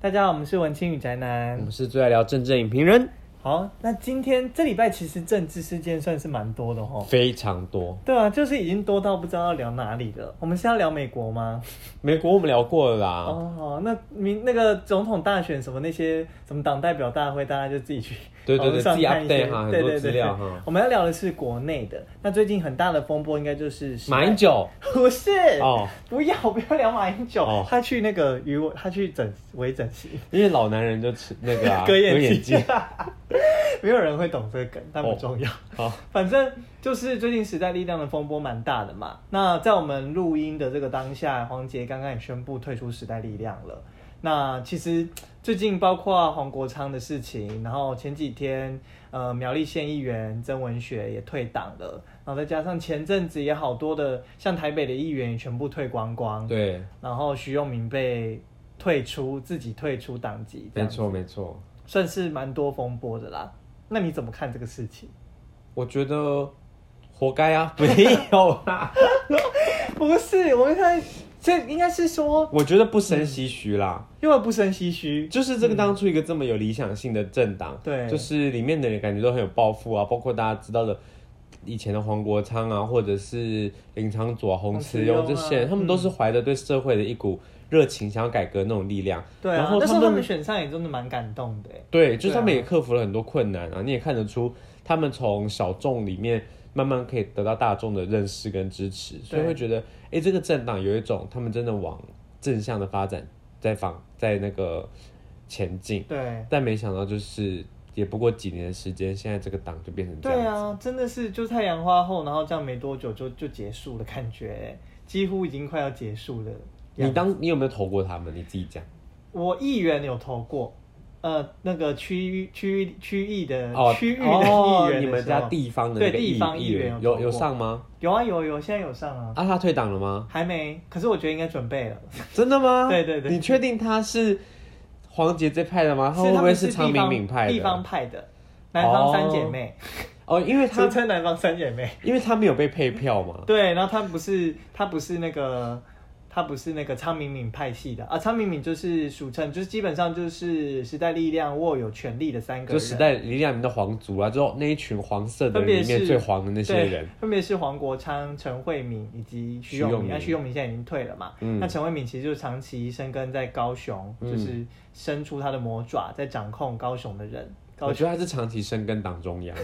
大家好，我们是文青与宅我男们。是最爱聊政治影评人，好，那今天这礼拜其实政治事件算是蛮多的吼。非常多。对啊，就是已经多到不知道要聊哪里了。我们是要聊美国吗？美国我们聊过了啦，哦，好，那明那个总统大选什么那些什么党代表大会，大家就自己去对对对网络上自己看一些 update 哈对很多对资对料对哈我们要聊的是国内的，那最近很大的风波应该就是时代马英九不是哦，不要不要聊马英九，哦他去那个鱼尾，他去整微整形，因为老男人就吃那 个、啊、割眼眼睛， 没有人会懂这个梗，但不哦重要。好，反正就是最近时代力量的风波蛮大的嘛。那在我们录音的这个当下，黄杰刚刚也宣布退出时代力量了。那其实最近包括黄国昌的事情，然后前几天呃苗栗县议员曾文学也退党了，然后再加上前阵子也好多的像台北的议员也全部退光光，对，然后徐永明被退出，自己退出党籍，这没样子错没错。算是蛮多风波的啦。那你怎么看这个事情？我觉得活该啊， 没有啊啦，不是，我们看这应该是说，我觉得不生唏嘘啦。因为不生唏嘘，就是这个当初一个这么有理想性的政党，嗯对就是里面的人感觉都很有抱负啊，包括大家知道的以前的黄国昌啊，或者是林长佐、洪慈庸这些洪慈庸人，啊他们都是怀着对社会的一股热情，想要改革那种力量。对啊然，后那时候他他们们选上也真的蛮感动的欸，对，就是他们对啊也克服了很多困难啊，你也看得出他们从小众里面慢慢可以得到大众的认识跟支持，所以对会觉得，哎，这个政党有一种他们真的往正向的发展在方在那个前进。对。但没想到就是也不过几年的时间，现在这个党就变成这对样。啊，真的是就太阳花后，然后这样没多久就就结束了，感觉欸几乎已经快要结束了。你当你有没有投过他们？你自己呃讲。我议员有投过，呃，那个区域区域区域的、区域的哦议员的时候、你们家地方的那个对地方议议员员有投有过上吗？有啊有有，现在有上啊，啊，他退党了吗？还没，可是我觉得应该准备了。真的吗？对对对你确定他是黄杰这派的吗？他会不他会们是地昌明方敏派地方的？派的南方三姐 妹，哦，因为俗他哦称 南方三姐 妹。因为他没有被配票嘛。对，然后她不是她不是那个她不是那个昌明敏派系的啊，昌明敏就是俗称，就是基本上就是时代力量握有权力的三个就人，时代力量里面的皇族啊，就那一群黄色的分人别里是面最黄的那些对人，，分别是黄国昌、陈慧敏以及徐徐永永明。那啊明徐永明现在已经退了嘛？嗯那陈慧敏其实就长期生根在高雄，嗯就是伸出她的魔爪，在掌控高雄的人。高我雄。觉得他是长期深耕党 中央。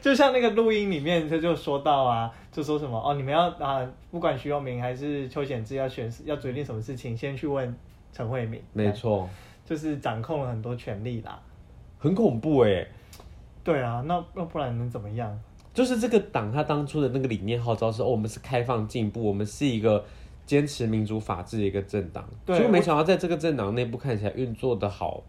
就像那个录音里面，他就说到啊，就说什么哦，你们要啊，不管徐永明还是邱显志要选要决定什么事情，先去问陈慧敏，没错，就是掌控了很多权力啦。很恐怖哎、对啊，那那不然能怎么样？就是这个党，他当初的那个理念号召是，哦，我们是开放进步，我们是一个坚持民主法治的一个政党。对结果没想到在这个政党内部看起来运作的好，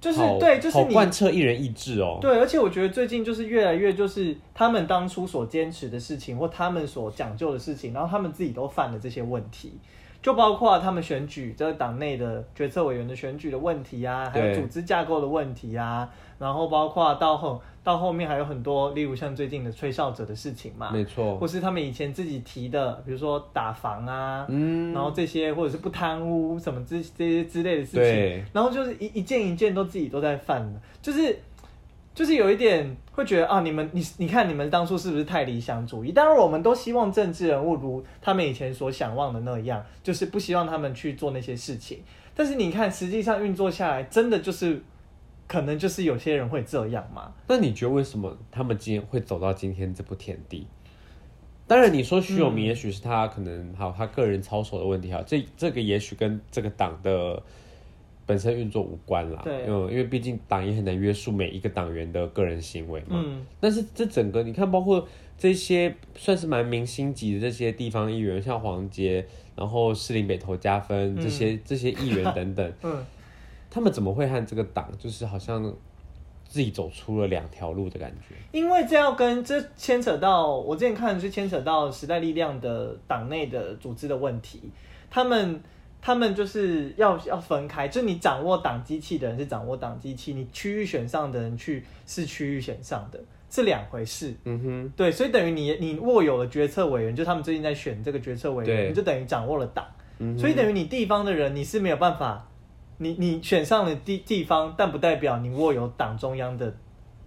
就是好对，就是好你贯彻一人一制哦。对，而且我觉得最近就是越来越就是他们当初所坚持的事情或他们所讲究的事情，然后他们自己都犯了这些问题，就包括他们选举这个党内的决策委员的选举的问题啊，还有对组织架构的问题啊，然后包括到后到后面还有很多，例如像最近的吹哨者的事情嘛，没错或，是他们以前自己提的，比如说打房啊，嗯，然后这些或者是不贪污什么之这些之类的事对情，然后就是一一件一件都自己都在犯了，就是就是有一点会觉得啊，你们你你看你们当初是不是太理想主义？当然，我们都希望政治人物如他们以前所想望的那样，就是不希望他们去做那些事情。但是你看，实际上运作下来，真的就是可能就是有些人会这样嘛？那你觉得为什么他们今天会走到今天这步田地？当然，你说徐永明，嗯也许是他可能好，他个人操守的问题哈，这这个也许跟这个党的本身运作无关啦。对嗯，因为毕竟党也很难约束每一个党员的个人行为嘛。嗯，但是这整个你看，包括这些算是蛮明星级的这些地方议员，像黄杰，然后士林北投加分嗯这些、这些议员等等，嗯，他们怎么会和这个党就是好像自己走出了两条路的感觉？因为这要跟这牵扯到我之前看是牵扯到时代力量的党内的组织的问题，他们他们就是要要分开，就你掌握党机器的人是掌握党机器，你区域选上的人去是区域选上的，是两回事。嗯哼，对，所以等于你你握有了决策委员，就他们最近在选这个决策委对员，你就等于掌握了党。嗯所以等于你地方的人你是没有办法，你你选上了地地方，但不代表你握有党中央的，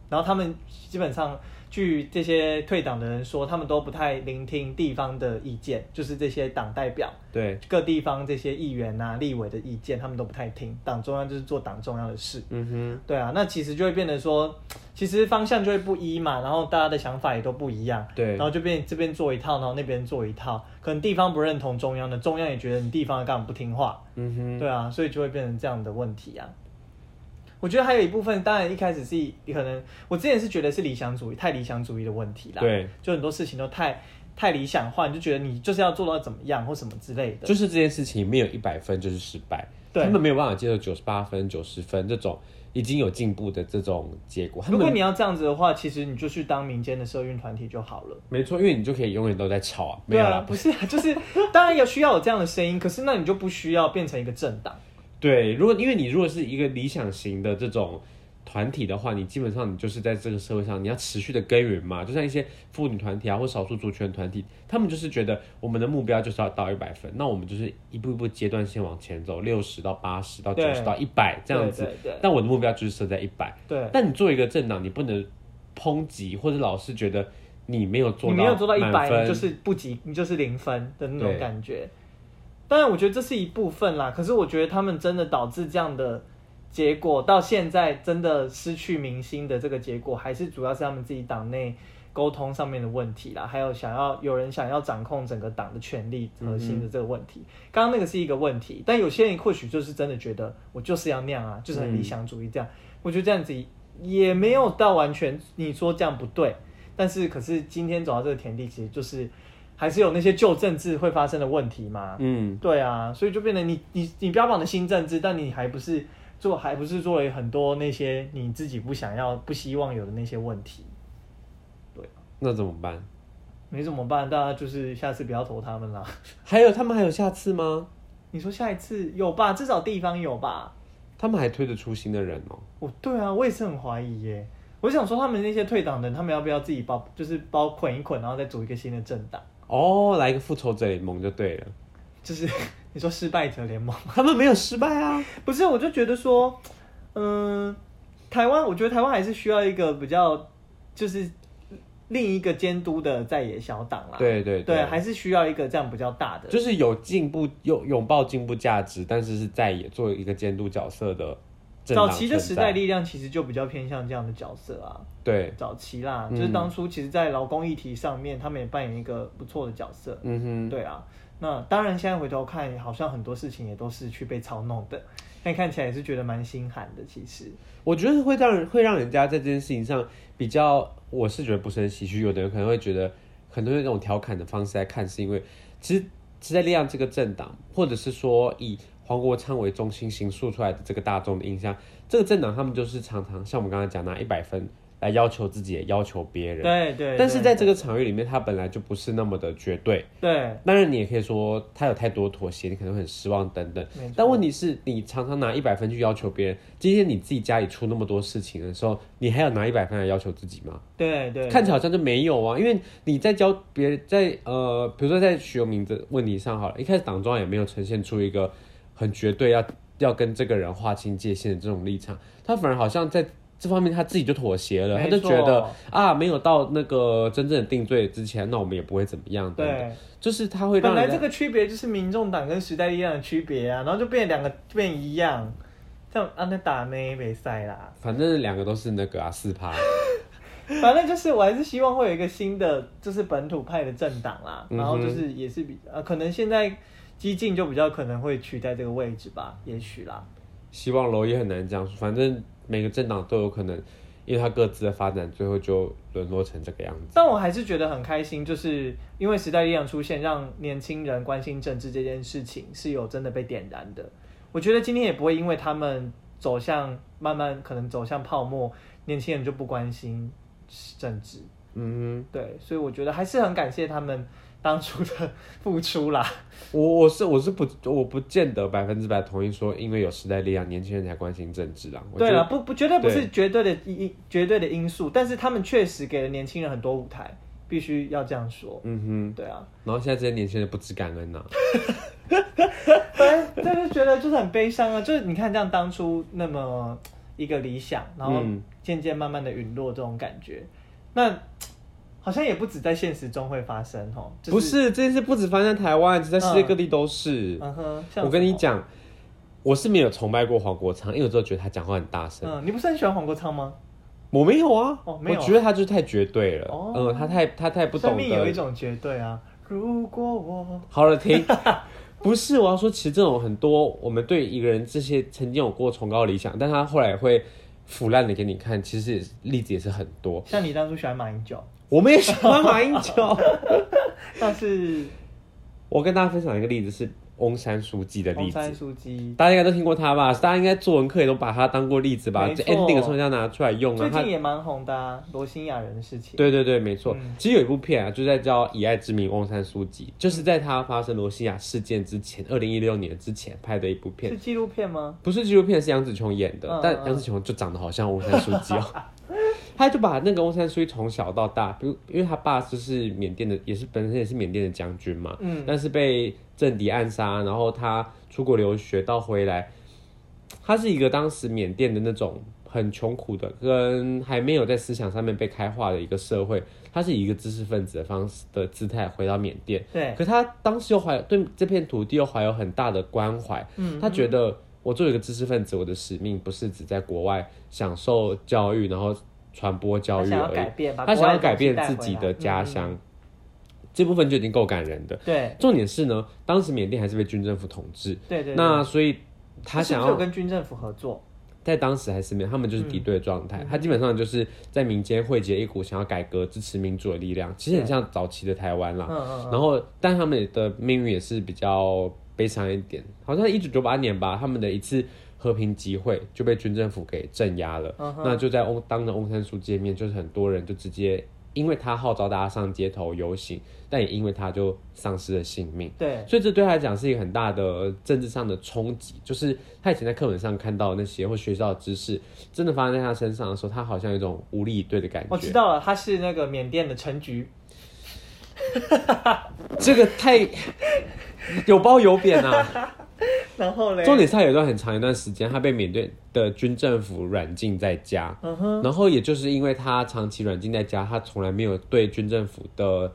然后他们基本上据这些退党的人说，他们都不太聆听地方的意见，就是这些党代表。对，各地方这些议员啊、立委的意见，他们都不太听。党中央就是做党中央的事，嗯对啊，那其实就会变得说，其实方向就会不一嘛，然后大家的想法也都不一样，哼，对然，后就变这边做一套，然后那边做一套，可能地方不认同中央的，中央也觉得你地方干嘛不听话，嗯哼，对啊，所以就会变成这样的问题啊。我觉得还有一部分，当然一开始是可能我之前是觉得是理想主义，太理想主义的问题啦，，对，就很多事情都太太理想化，你就觉得你就是要做到怎么样或什么之类的，就是这件事情没有一百分就是失败，对他们没有办法接受九十八分、九十分这种已经有进步的这种结果，他如果们你要这样子的话，其实你就去当民间的社运团体就好了。没错，因为你就可以永远都在吵啊，没有对啊，啦，不是啊，就是当然有需要有这样的声音，可是那你就不需要变成一个政党。对，如果因为你如果是一个理想型的这种团体的话，你基本上你就是在这个社会上，你要持续的耕耘嘛。就像一些妇女团体啊，或少数族群团体，他们就是觉得我们的目标就是要到一百分，那我们就是一步一步阶段性往前走，六十到八十到九对十到一百这样子。对对但我的目标就是设在一百。对，但你作为一个政党，你不能抨击或者老是觉得你没有做你到，没有做到一百，分，你就是不及，你就是零分的那种对感觉。当然，我觉得这是一部分啦。可是我觉得他们真的导致这样的结果，到现在真的失去民心的这个结果，还是主要是他们自己党内沟通上面的问题啦，还有想要有人想要掌控整个党的权力核心的这个问题。刚刚那个是一个问题，但有些人或许就是真的觉得我就是要那样啊，就是很理想主义这样。我觉得这样子也没有到完全你说这样不对，但是可是今天走到这个田地，其实就是还是有那些旧政治会发生的问题嘛。嗯，对啊，所以就变成你你你标榜的新政治，但你还不是做还不是做了很多那些你自己不想要、不希望有的那些问题。那怎么办？没怎么办，大家就是下次不要投他们啦。还有他们还有下次吗？你说下一次有吧？至少地方有吧？他们还推得出新的人哦、我对啊，我也是很怀疑耶。我想说，他们那些退党的人，他们要不要自己包，就是包捆一捆，然后再组一个新的政党？哦，来一个复仇者联盟就 对了。就是你说失败者联盟。他们没有失败啊，不是，我就觉得说，嗯、台湾，我觉得台湾还是需要一个比较，就是另一个监督的在野小党啦。对对啊对，还是需要一个这样比较大的。就是有进步，有拥抱进步价值，但是是在也做一个监督角色的政早党期的时存代在力量其实就比较偏向这样的角色啊。对，早期啦，嗯就是当初其实，在劳工议题上面，他们也扮演一个不错的角色。嗯哼，对啊，那当然现在回头看，好像很多事情也都是去被操弄的， 但看起来也是觉得蛮心寒的。其实，我觉得会让人会让人家在这件事情上比较，我是觉得不是很唏嘘。有的人可能会觉得，很多人用那种调侃的方式来看，是因为其实时代力量这个政党，或者是说以黄国昌为中心形塑出来的这个大众的印象，这个政党他们就是常常像我们刚才讲拿一百分来要求自己，也要求别人。对对，但是在这个个场域里面，他本来就不是那么的绝对。对，当然，你也可以说他有太多妥协，你可能会很失望等等。没错但问题是你常常拿一百分去要求别人，今天你自己家里出那么多事情的时候，你还要拿一百分来要求自己吗？对对，看起来好像就没有啊，因为你在教别人，在呃，比如说在徐永明的问题上好了，一开始党中央也没有呈现出一个很绝对要要跟这个人划清界限的这种立场，他反而好像在这方面他自己就妥协了，他没就觉得错啊，没有到那个真正的定罪之前，那我们也不会怎么样，等等，对，就是他会本让来人这家个区别就是民众党跟时代力量的区别啊，然后就变两个变一样，这样啊那打妹没赛啦。反正两个都是那个啊四趴，反正就是我还是希望会有一个新的就是本土派的政党啦，嗯哼然后就是也是比呃可能现在激进就比较可能会取代这个位置吧，也许啦。希望楼也很难讲，反正每个政党都有可能，因为他各自的发展，最后就沦落成这个样子。但我还是觉得很开心，就是因为时代力量出现，让年轻人关心政治这件事情是有真的被点燃的。我觉得今天也不会因为他们走向慢慢可能走向泡沫，年轻人就不关心政治。嗯哼。对，所以我觉得还是很感谢他们当初的付出啦。我我是我是不我不见得百分之百同意说，因为有时代力量，年轻人才关心政治啊。我觉对了，得，不不绝对不是绝对的因绝对的因素，但是他们确实给了年轻人很多舞台，必须要这样说。嗯哼。对啊，然后现在这些年轻人不知感恩呐、啊 反正就是觉得就是很悲伤啊，就是你看这样当初那么一个理想，然后嗯渐渐慢慢的陨落这种感觉，那好像也不止在现实中会发生哦，就是、不，是这件事不止发生在台湾，在世界各地都是。嗯哼，像我跟你什么，讲，我是没有崇拜过黄国昌，因为我就觉得他讲话很大声。嗯，你不是很喜欢黄国昌吗？我没有啊，哦没我有啊觉得他就是太绝对了。哦嗯，他太他太不懂生命有一得。种绝对啊，如果我，好了，停。 不是，我要说，其实这种很多我们对一个人这些曾经有过崇高的理想，但他后来会腐烂的给你看，其实也是例子也是很多。像你当初喜欢马英九，我们也喜欢马英九。 但是我跟大家分享一个例子，是翁山书记的例红子。山书 记。大家应该都听过他吧？大家应该作文课也都把他当过例子吧？没这错 ending 的时候一定要拿出来用啊最。他近也蛮红的、啊，罗兴亚人的事情。对对对，没错。嗯其实有一部片啊，就在叫《以爱之名》，翁山书记，就是在他发生罗西亚事件之前，二零一六年之前拍的一部片是，纪录片吗？不是纪录片，是杨紫琼演的，嗯但嗯杨紫琼就长得好像翁山书记 哦。他就把那个翁山书记从小到大，比如因为他爸就是缅甸的，也是本身也是缅甸的将军嘛，嗯，但是被政敌暗杀，然后他出国留学到回来，他是一个当时缅甸的那种很穷苦的，跟还没有在思想上面被开化的一个社会，他是以一个知识分子的方式的姿态回到缅甸，对，可他当时又怀对这片土地又怀有很大的关怀，嗯，他觉得我作为一个知识分子，我的使命不是只在国外享受教育，然后传播教他育想要而改已，变，把他国想外要改变东西自带己回来的家。乡，嗯这部分就已经够感人的。对重点是呢，当时缅甸还是被军政府统治，对对，那对所以他是想不是有要跟军嗯政府合作，在当时还是没有，他们就是敌对的状态，他基本上就是在民间汇集一股想要改革、支持民主的力量，其实很像早期的台湾嗯啦。嗯然后，但他们的命运也是比较悲伤一点，好像一九九八年吧，他们的一次和平集会就被军政府给镇压了。嗯那就在翁当着翁山书记面，就是很多人就直接因为他号召大家上街头游行，但也因为他就丧失了性命。嗯，对，所以这对他来讲是一个很大的政治上的冲击，就是他以前在课本上看到的那些或学校的知识，真的发生在他身上的时候，他好像有一种无力以对的感我知觉。道了，他是那个缅甸的陈菊，这个太 有褒有贬啊！然后嘞，重点是他有一段很长一段时间，他被缅甸的军政府软禁在家，嗯哼，然后也就是因为他长期软禁在家，他从来没有对军政府的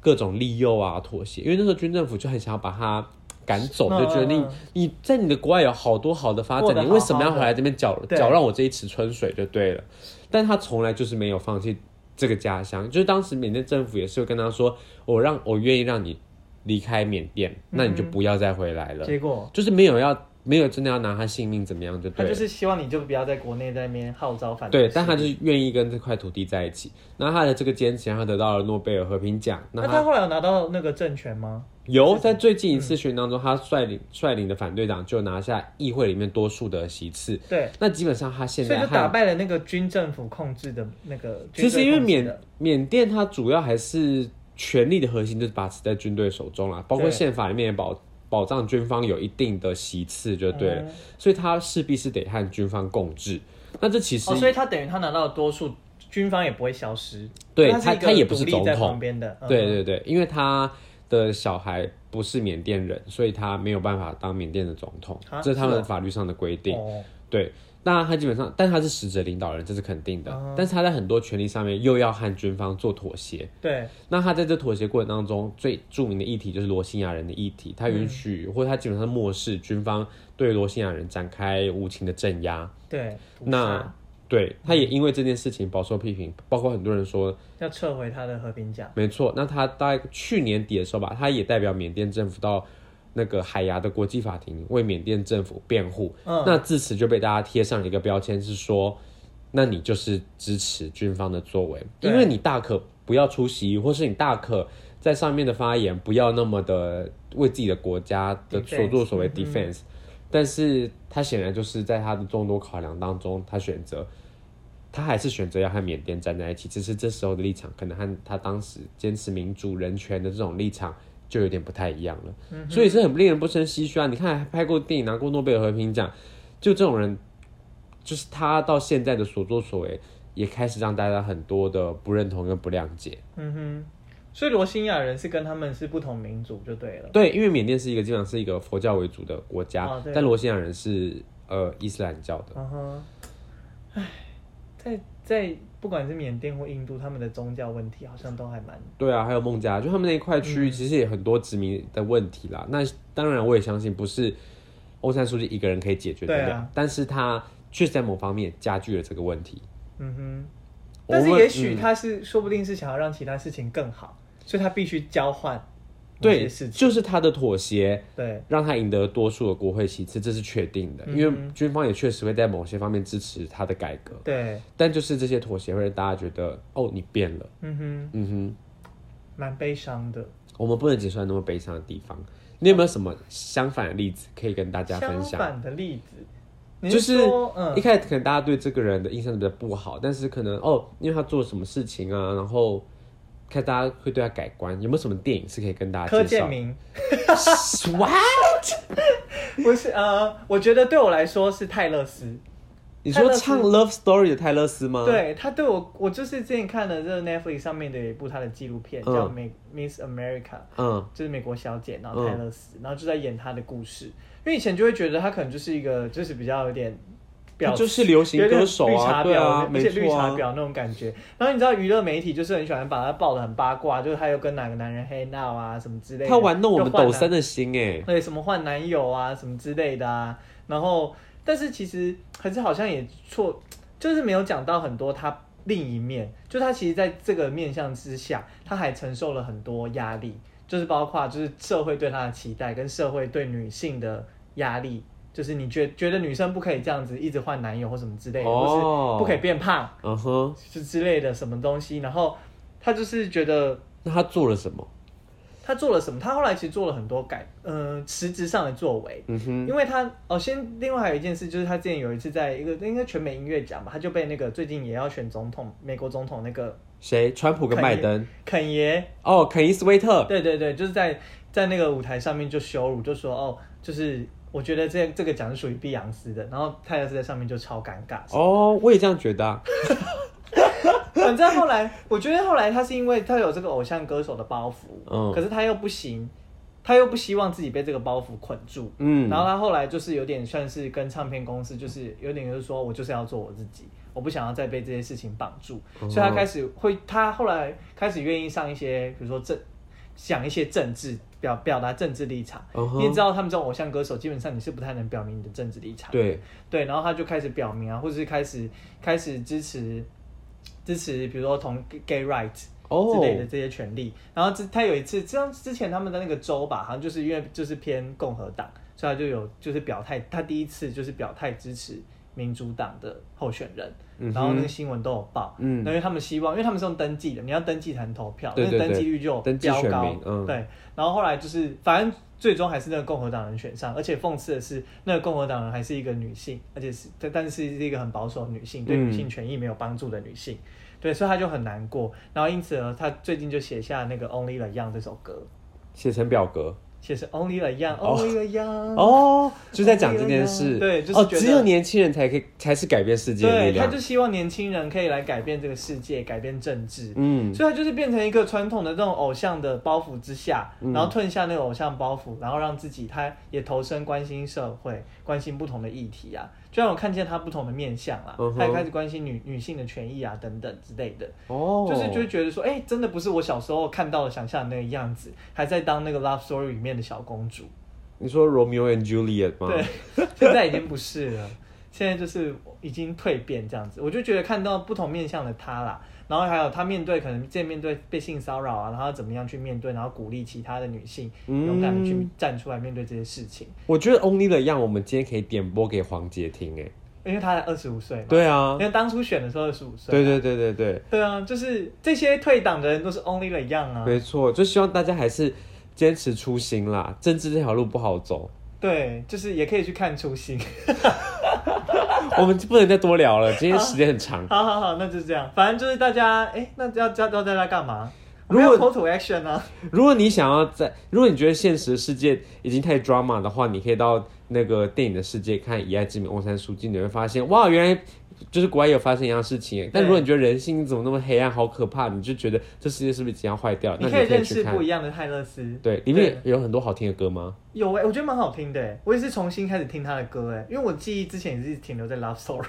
各种利诱啊妥协，因为那时候军政府就很想要把他赶走，嗯就觉得你嗯你在你的国外有好多好的发过展，得你好为什么要好回的来这边搅对搅乱我这一池春水就对了。但他从来就是没有放弃这个家乡，就是当时缅甸政府也是会跟他说，我让我愿意让你离开缅甸，那嗯你就不要再回来了，结果就是没有要没有真的要拿他性命怎么样就他对了就。是希望你就不要在国内在那边号召反对，对，但他就是愿意跟这块土地在一起。那他的这个坚持让他得到了诺贝尔和平奖。那那他他后来有拿到那个政权吗？有在最近一次选举当中，他率领率领的反对党就拿下议会里面多数的席次。对，那基本上他现所以在就打和败了那个军政府控制的那个军队控其制的。哦实因为缅缅甸它主要还是权力的核心就是把持在军队手中啦，包括对宪法里面也保保障军方有一定的席次就对嗯了，所以他势必是得和军方共治。那这其实哦，所以他等于他拿到的多数，军方也不会消失。对他是他一个他也不是独立总在统旁边的，嗯对对对，因为他的小孩不是缅甸人，所以他没有办法当缅甸的总统，啊这是他是们哦法律上的规定。哦对，那他基本上，但他是实职领导人，这是肯定的。哦但是他在很多权利上面又要和军方做妥协。对，那他在这妥协过程当中，最著名的议题就是罗兴亚人的议题，他嗯允许、或他基本上漠视军方对罗兴亚人展开无情的镇压。对，屠杀那对，他也因为这件事情饱受批评，包括很多人说要撤回他的和平奖。没错，那他大概去年底的时候吧，他也代表缅甸政府到那个海牙的国际法庭为缅甸政府辩护。嗯那自此就被大家贴上了一个标签，是说，那你就是支持军方的作为，对因为你大可不要出席，或是你大可在上面的发言不要那么的为自己的国家的 Defense，所作所为嗯 defense。但是他显然就是在他的众多考量当中，他选择他还是选择要和缅甸站在一起，只是这时候的立场可能和他当时坚持民主人权的这种立场就有点不太一样了，嗯所以是很令人不生唏嘘啊！你看，还拍过电影，啊拿过诺贝尔和平奖，就这种人，就是他到现在的所作所为，也开始让大家很多的不认同跟不谅解。嗯哼，所以罗兴亚人是跟他们是不同民族就对了。对，因为缅甸是一个基本上是一个佛教为主的国家，哦对但罗兴亚人是呃伊斯兰教的。嗯哼，唉，在在不管是缅甸或印度，他们的宗教问题好像都还蛮……对啊，还有孟加拉，就他们那一块区域，其实也很多殖民的问题啦。那当然，我也相信不是欧山书记一个人可以解决得对了，啊但是他确实在某方面加剧了这个问题。嗯哼，我但是们也许嗯他是、说不定是想要让其他事情更好，所以他必须交换某对，些事情。就是他的妥协对，让他赢得多数的国会席次，这是确定的，嗯哼因为军方也确实会在某些方面支持他的改革，对，但就是这些妥协会让大家觉得哦，你变了，嗯哼，嗯哼。蛮悲伤的。我们不能结束在那么悲伤的地方。你有没有什么相反的例子可以跟大家分相享？反的例子，你就是说一嗯，开始可能大家对这个人的印象比较不好，但是可能哦，因为他做了什么事情啊，然后看大家会对他改观。有没有什么电影是可以跟大柯家介建绍？明哇，不是呃，我觉得对我来说是泰勒斯。你说唱《Love Story》的泰勒斯吗？，对他对我，我就是之前看的这个 Netflix 上面的有一部他的纪录片，嗯叫《美 Miss America》，嗯，就是美国小姐，然后泰勒斯，然后就在演她的故事。因为以前就会觉得她可能就是一个，就是比较有点他表就是流行有点歌手绿啊，茶对婊，啊，而没且绿错茶啊，婊那种感觉。然后你知道娱乐媒体就是很喜欢把她爆的很八卦，就是她又跟哪个男人黑闹啊什么之类的，他玩弄我们又换抖男森的心哎，对，什么换男友啊，什么之类的啊。然后，但是其实可是好像也错，就是没有讲到很多他另一面，就他其实在这个面向之下，他还承受了很多压力，就是包括就是社会对他的期待跟社会对女性的压力。就是你觉觉得女生不可以这样子一直换男友或什么之类的，哦或是不可以变胖，嗯哼，是之类的什么东西。然后他就是觉得那他做了什么？他做了什么？他后来其实做了很多改，呃，实质上的作为。嗯哼，因为他哦，先另外还有一件事，就是他之前有一次在一个应该全美音乐奖吧，他就被那个最近也要选总统，美国总统那个谁？川普跟肯拜耶登。肯爷，哦，肯伊斯威特，对对对，就是在在那个舞台上面就羞辱，就说哦，就是我觉得这这个奖是属于碧昂斯的，然后泰勒斯在上面就超尴尬。哦，我也这样觉得、啊。反正后来，我觉得后来他是因为他有这个偶像歌手的包袱，嗯可是他又不行，他又不希望自己被这个包袱捆住，嗯然后他后来就是有点算是跟唱片公司，就是有点就是说我就是要做我自己，我不想要再被这些事情绑住，哦所以他开始会，他后来开始愿意上一些，比如说政，讲一些政治表表达政治立场。嗯你也哼，知道，他们这种偶像歌手，基本上你是不太能表明你的政治立场。对，对，然后他就开始表明啊，或者是开始开始支持支持，比如说同 gay right 哦之类的这些权利。然后之他有一次，这样之前他们的那个州吧，好像就是因为就是偏共和党，所以他就有就是表态，他第一次就是表态支持民主党的候选人。嗯哼然后那个新闻都有报，嗯那因为他们希望，因为他们是用登记的，你要登记才能投票，对对那登记对率就登记飙选高民，嗯对。然后后来就是，反正最终还是那个共和党人选上，而且讽刺的是，那个共和党人还是一个女性，而且是但但是是一个很保守的女性，对嗯女性权益没有帮助的女性，对，所以他就很难过。然后因此呢，他最近就写下那个《Only the Young》这首歌，写成表格。写成《Only the 哦 Young》，Only the Young，哦，就在讲这件事。嗯对就是哦，觉得只有年轻人才可以，才是改变世界的对，力他量就。希望年轻人可以来改变这个世界，改变政治，嗯，所以他就是变成一个传统的这种偶像的包袱之下，嗯然后吞下那个偶像包袱，然后让自己他也投身关心社会，关心不同的议题啊，就让我看见他不同的面相啦，嗯哼他也开始关心女女性的权益啊等等之类的，哦，就是就会觉得说，哎、真的不是我小时候看到的想象的那个样子，还在当那个 Love Story 里面的小公主，你说 Romeo and Juliet 吗？ 对，现在已经不是了，现在就是已经蜕变这样子。我就觉得看到不同面向的他啦，然后还有他面对可能见面对被性骚扰啊，然后他怎么样去面对，然后鼓励其他的女性嗯勇敢的去站出来面对这些事情，我觉得 Only 的样，我们今天可以点播给黄杰听。哎，因为他才二十五岁嘛，对啊因，为当初选的时候二十五岁，啊对对对对对，对啊，就是这些退党的人都是 only the young 啊，没错，就希望大家还是坚持初心啦，政治这条路不好走，对，就是也可以去看初心。我们不能再多聊了，今天时间很长。 好好好，那就这样，反正就是大家，哎、那要要要大家干嘛？如果我们要 call to action 啊。如果你想要在，如果你觉得现实世界已经太 drama 的话，你可以到那个电影的世界看《以爱之名》《翁山书记》，你会发现，哇，原来就是国外也有发生一样事情耶。但如果你觉得人性怎么那么黑暗，好可怕，你就觉得这世界是不是即将坏啊掉？那你可以可认以去识看不。一样的泰勒斯。对，里面有很多好听的歌吗？有哎、我觉得蛮好听的、欸，我也是重新开始听他的歌哎、因为我记忆之前也是停留在 Love Story，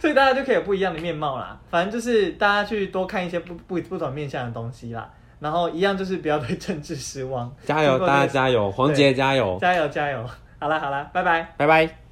所以大家就可以有不一样的面貌啦。反正就是大家去多看一些不不不同面向的东西啦，然后一样就是不要对政治失望，加油，经过大家这个加油，黄杰加油，加油加油！好啦好啦，拜拜。拜拜。